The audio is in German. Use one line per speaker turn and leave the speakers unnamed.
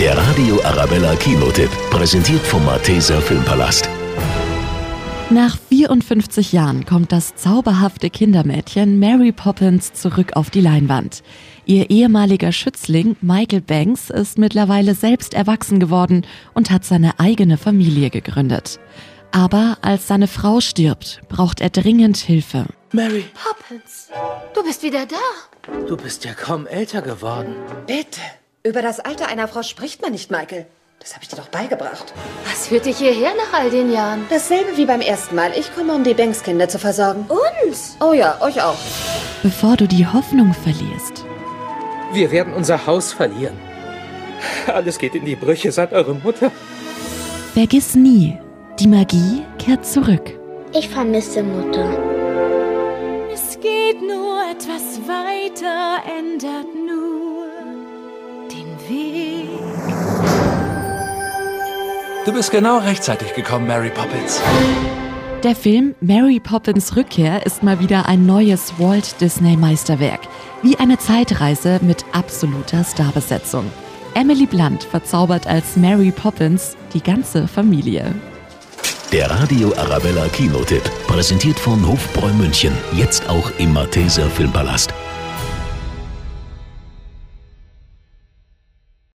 Der Radio Arabella Kinotipp, präsentiert vom Malteser Filmpalast.
Nach 54 Jahren kommt das zauberhafte Kindermädchen Mary Poppins zurück auf die Leinwand. Ihr ehemaliger Schützling Michael Banks ist mittlerweile selbst erwachsen geworden und hat seine eigene Familie gegründet. Aber als seine Frau stirbt, braucht er dringend Hilfe.
Mary,
Poppins, du bist wieder da.
du bist ja kaum älter geworden.
Bitte. Über das Alter einer Frau spricht man nicht, Michael. Das habe ich dir doch beigebracht.
Was führt dich hierher nach all den Jahren?
Dasselbe wie beim ersten Mal. Ich komme, um die Banks-Kinder zu versorgen.
Uns?
Oh ja, euch auch.
Bevor du die Hoffnung verlierst,
Wir werden unser Haus verlieren. Alles geht in die Brüche seit eure Mutter.
vergiss nie, die Magie kehrt zurück.
Ich vermisse Mutter.
Es geht nur etwas weiter, ändert nur den Weg.
Du bist genau rechtzeitig gekommen, Mary Poppins.
Der Film Mary Poppins Rückkehr ist mal wieder ein neues Walt Disney Meisterwerk. Wie eine Zeitreise mit absoluter Starbesetzung. Emily Blunt verzaubert als Mary Poppins die ganze Familie.
Der Radio Arabella Kinotipp, präsentiert von Hofbräu München, jetzt auch im Malteser Filmpalast.